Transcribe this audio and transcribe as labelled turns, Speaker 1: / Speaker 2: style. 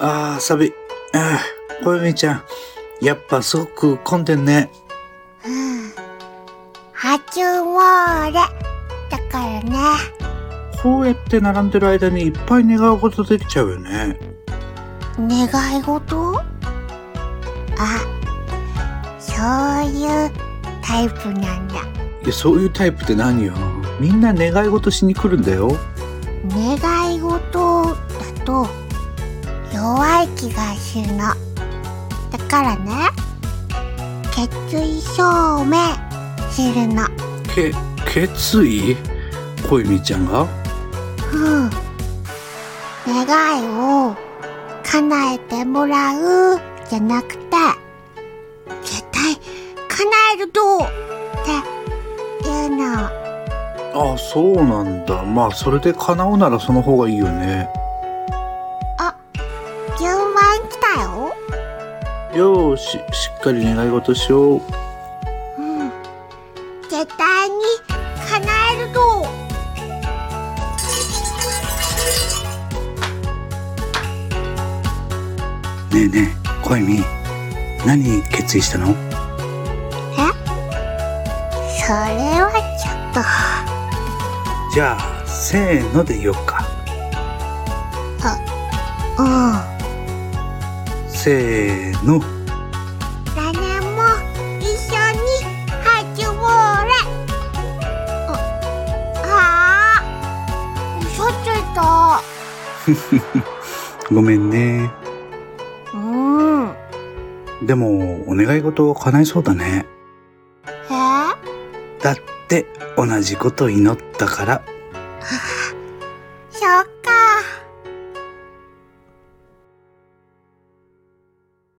Speaker 1: あー、サビ。あー、小泉ちゃん。やっぱすごく混んでんね。
Speaker 2: うん。初詣。だからね。
Speaker 1: こうやって並んでる間にいっぱい願うことできちゃうよね。
Speaker 2: 願い事あ、そういうタイプなんだ。
Speaker 1: いや、そういうタイプって何よ。みんな願い事しに来るんだよ。
Speaker 2: 願い事だと弱い気がするの。だからね、決意表明するの。
Speaker 1: け、決意小泉ちゃんが
Speaker 2: うん。願いを叶えてもらうじゃなくて、絶対叶えるぞっていうの。
Speaker 1: あ、そうなんだ。まあ、それで叶うならその方がいいよね。
Speaker 2: あ、順番来たよ。
Speaker 1: よーし、しっかり願い事しよう。
Speaker 2: うん。絶対に叶えるぞ。
Speaker 1: ねえねえ、小泉。何決意したの
Speaker 2: それはちょっと。
Speaker 1: じゃあ、せーので言おうか。
Speaker 2: うん。
Speaker 1: せーの。
Speaker 2: 来年も一緒に始まれ。あ、あー、嘘ついた。
Speaker 1: ごめんね。
Speaker 2: うん。
Speaker 1: でも、お願い事叶いそうだね。
Speaker 2: え、
Speaker 1: だって、同じこと祈ったから。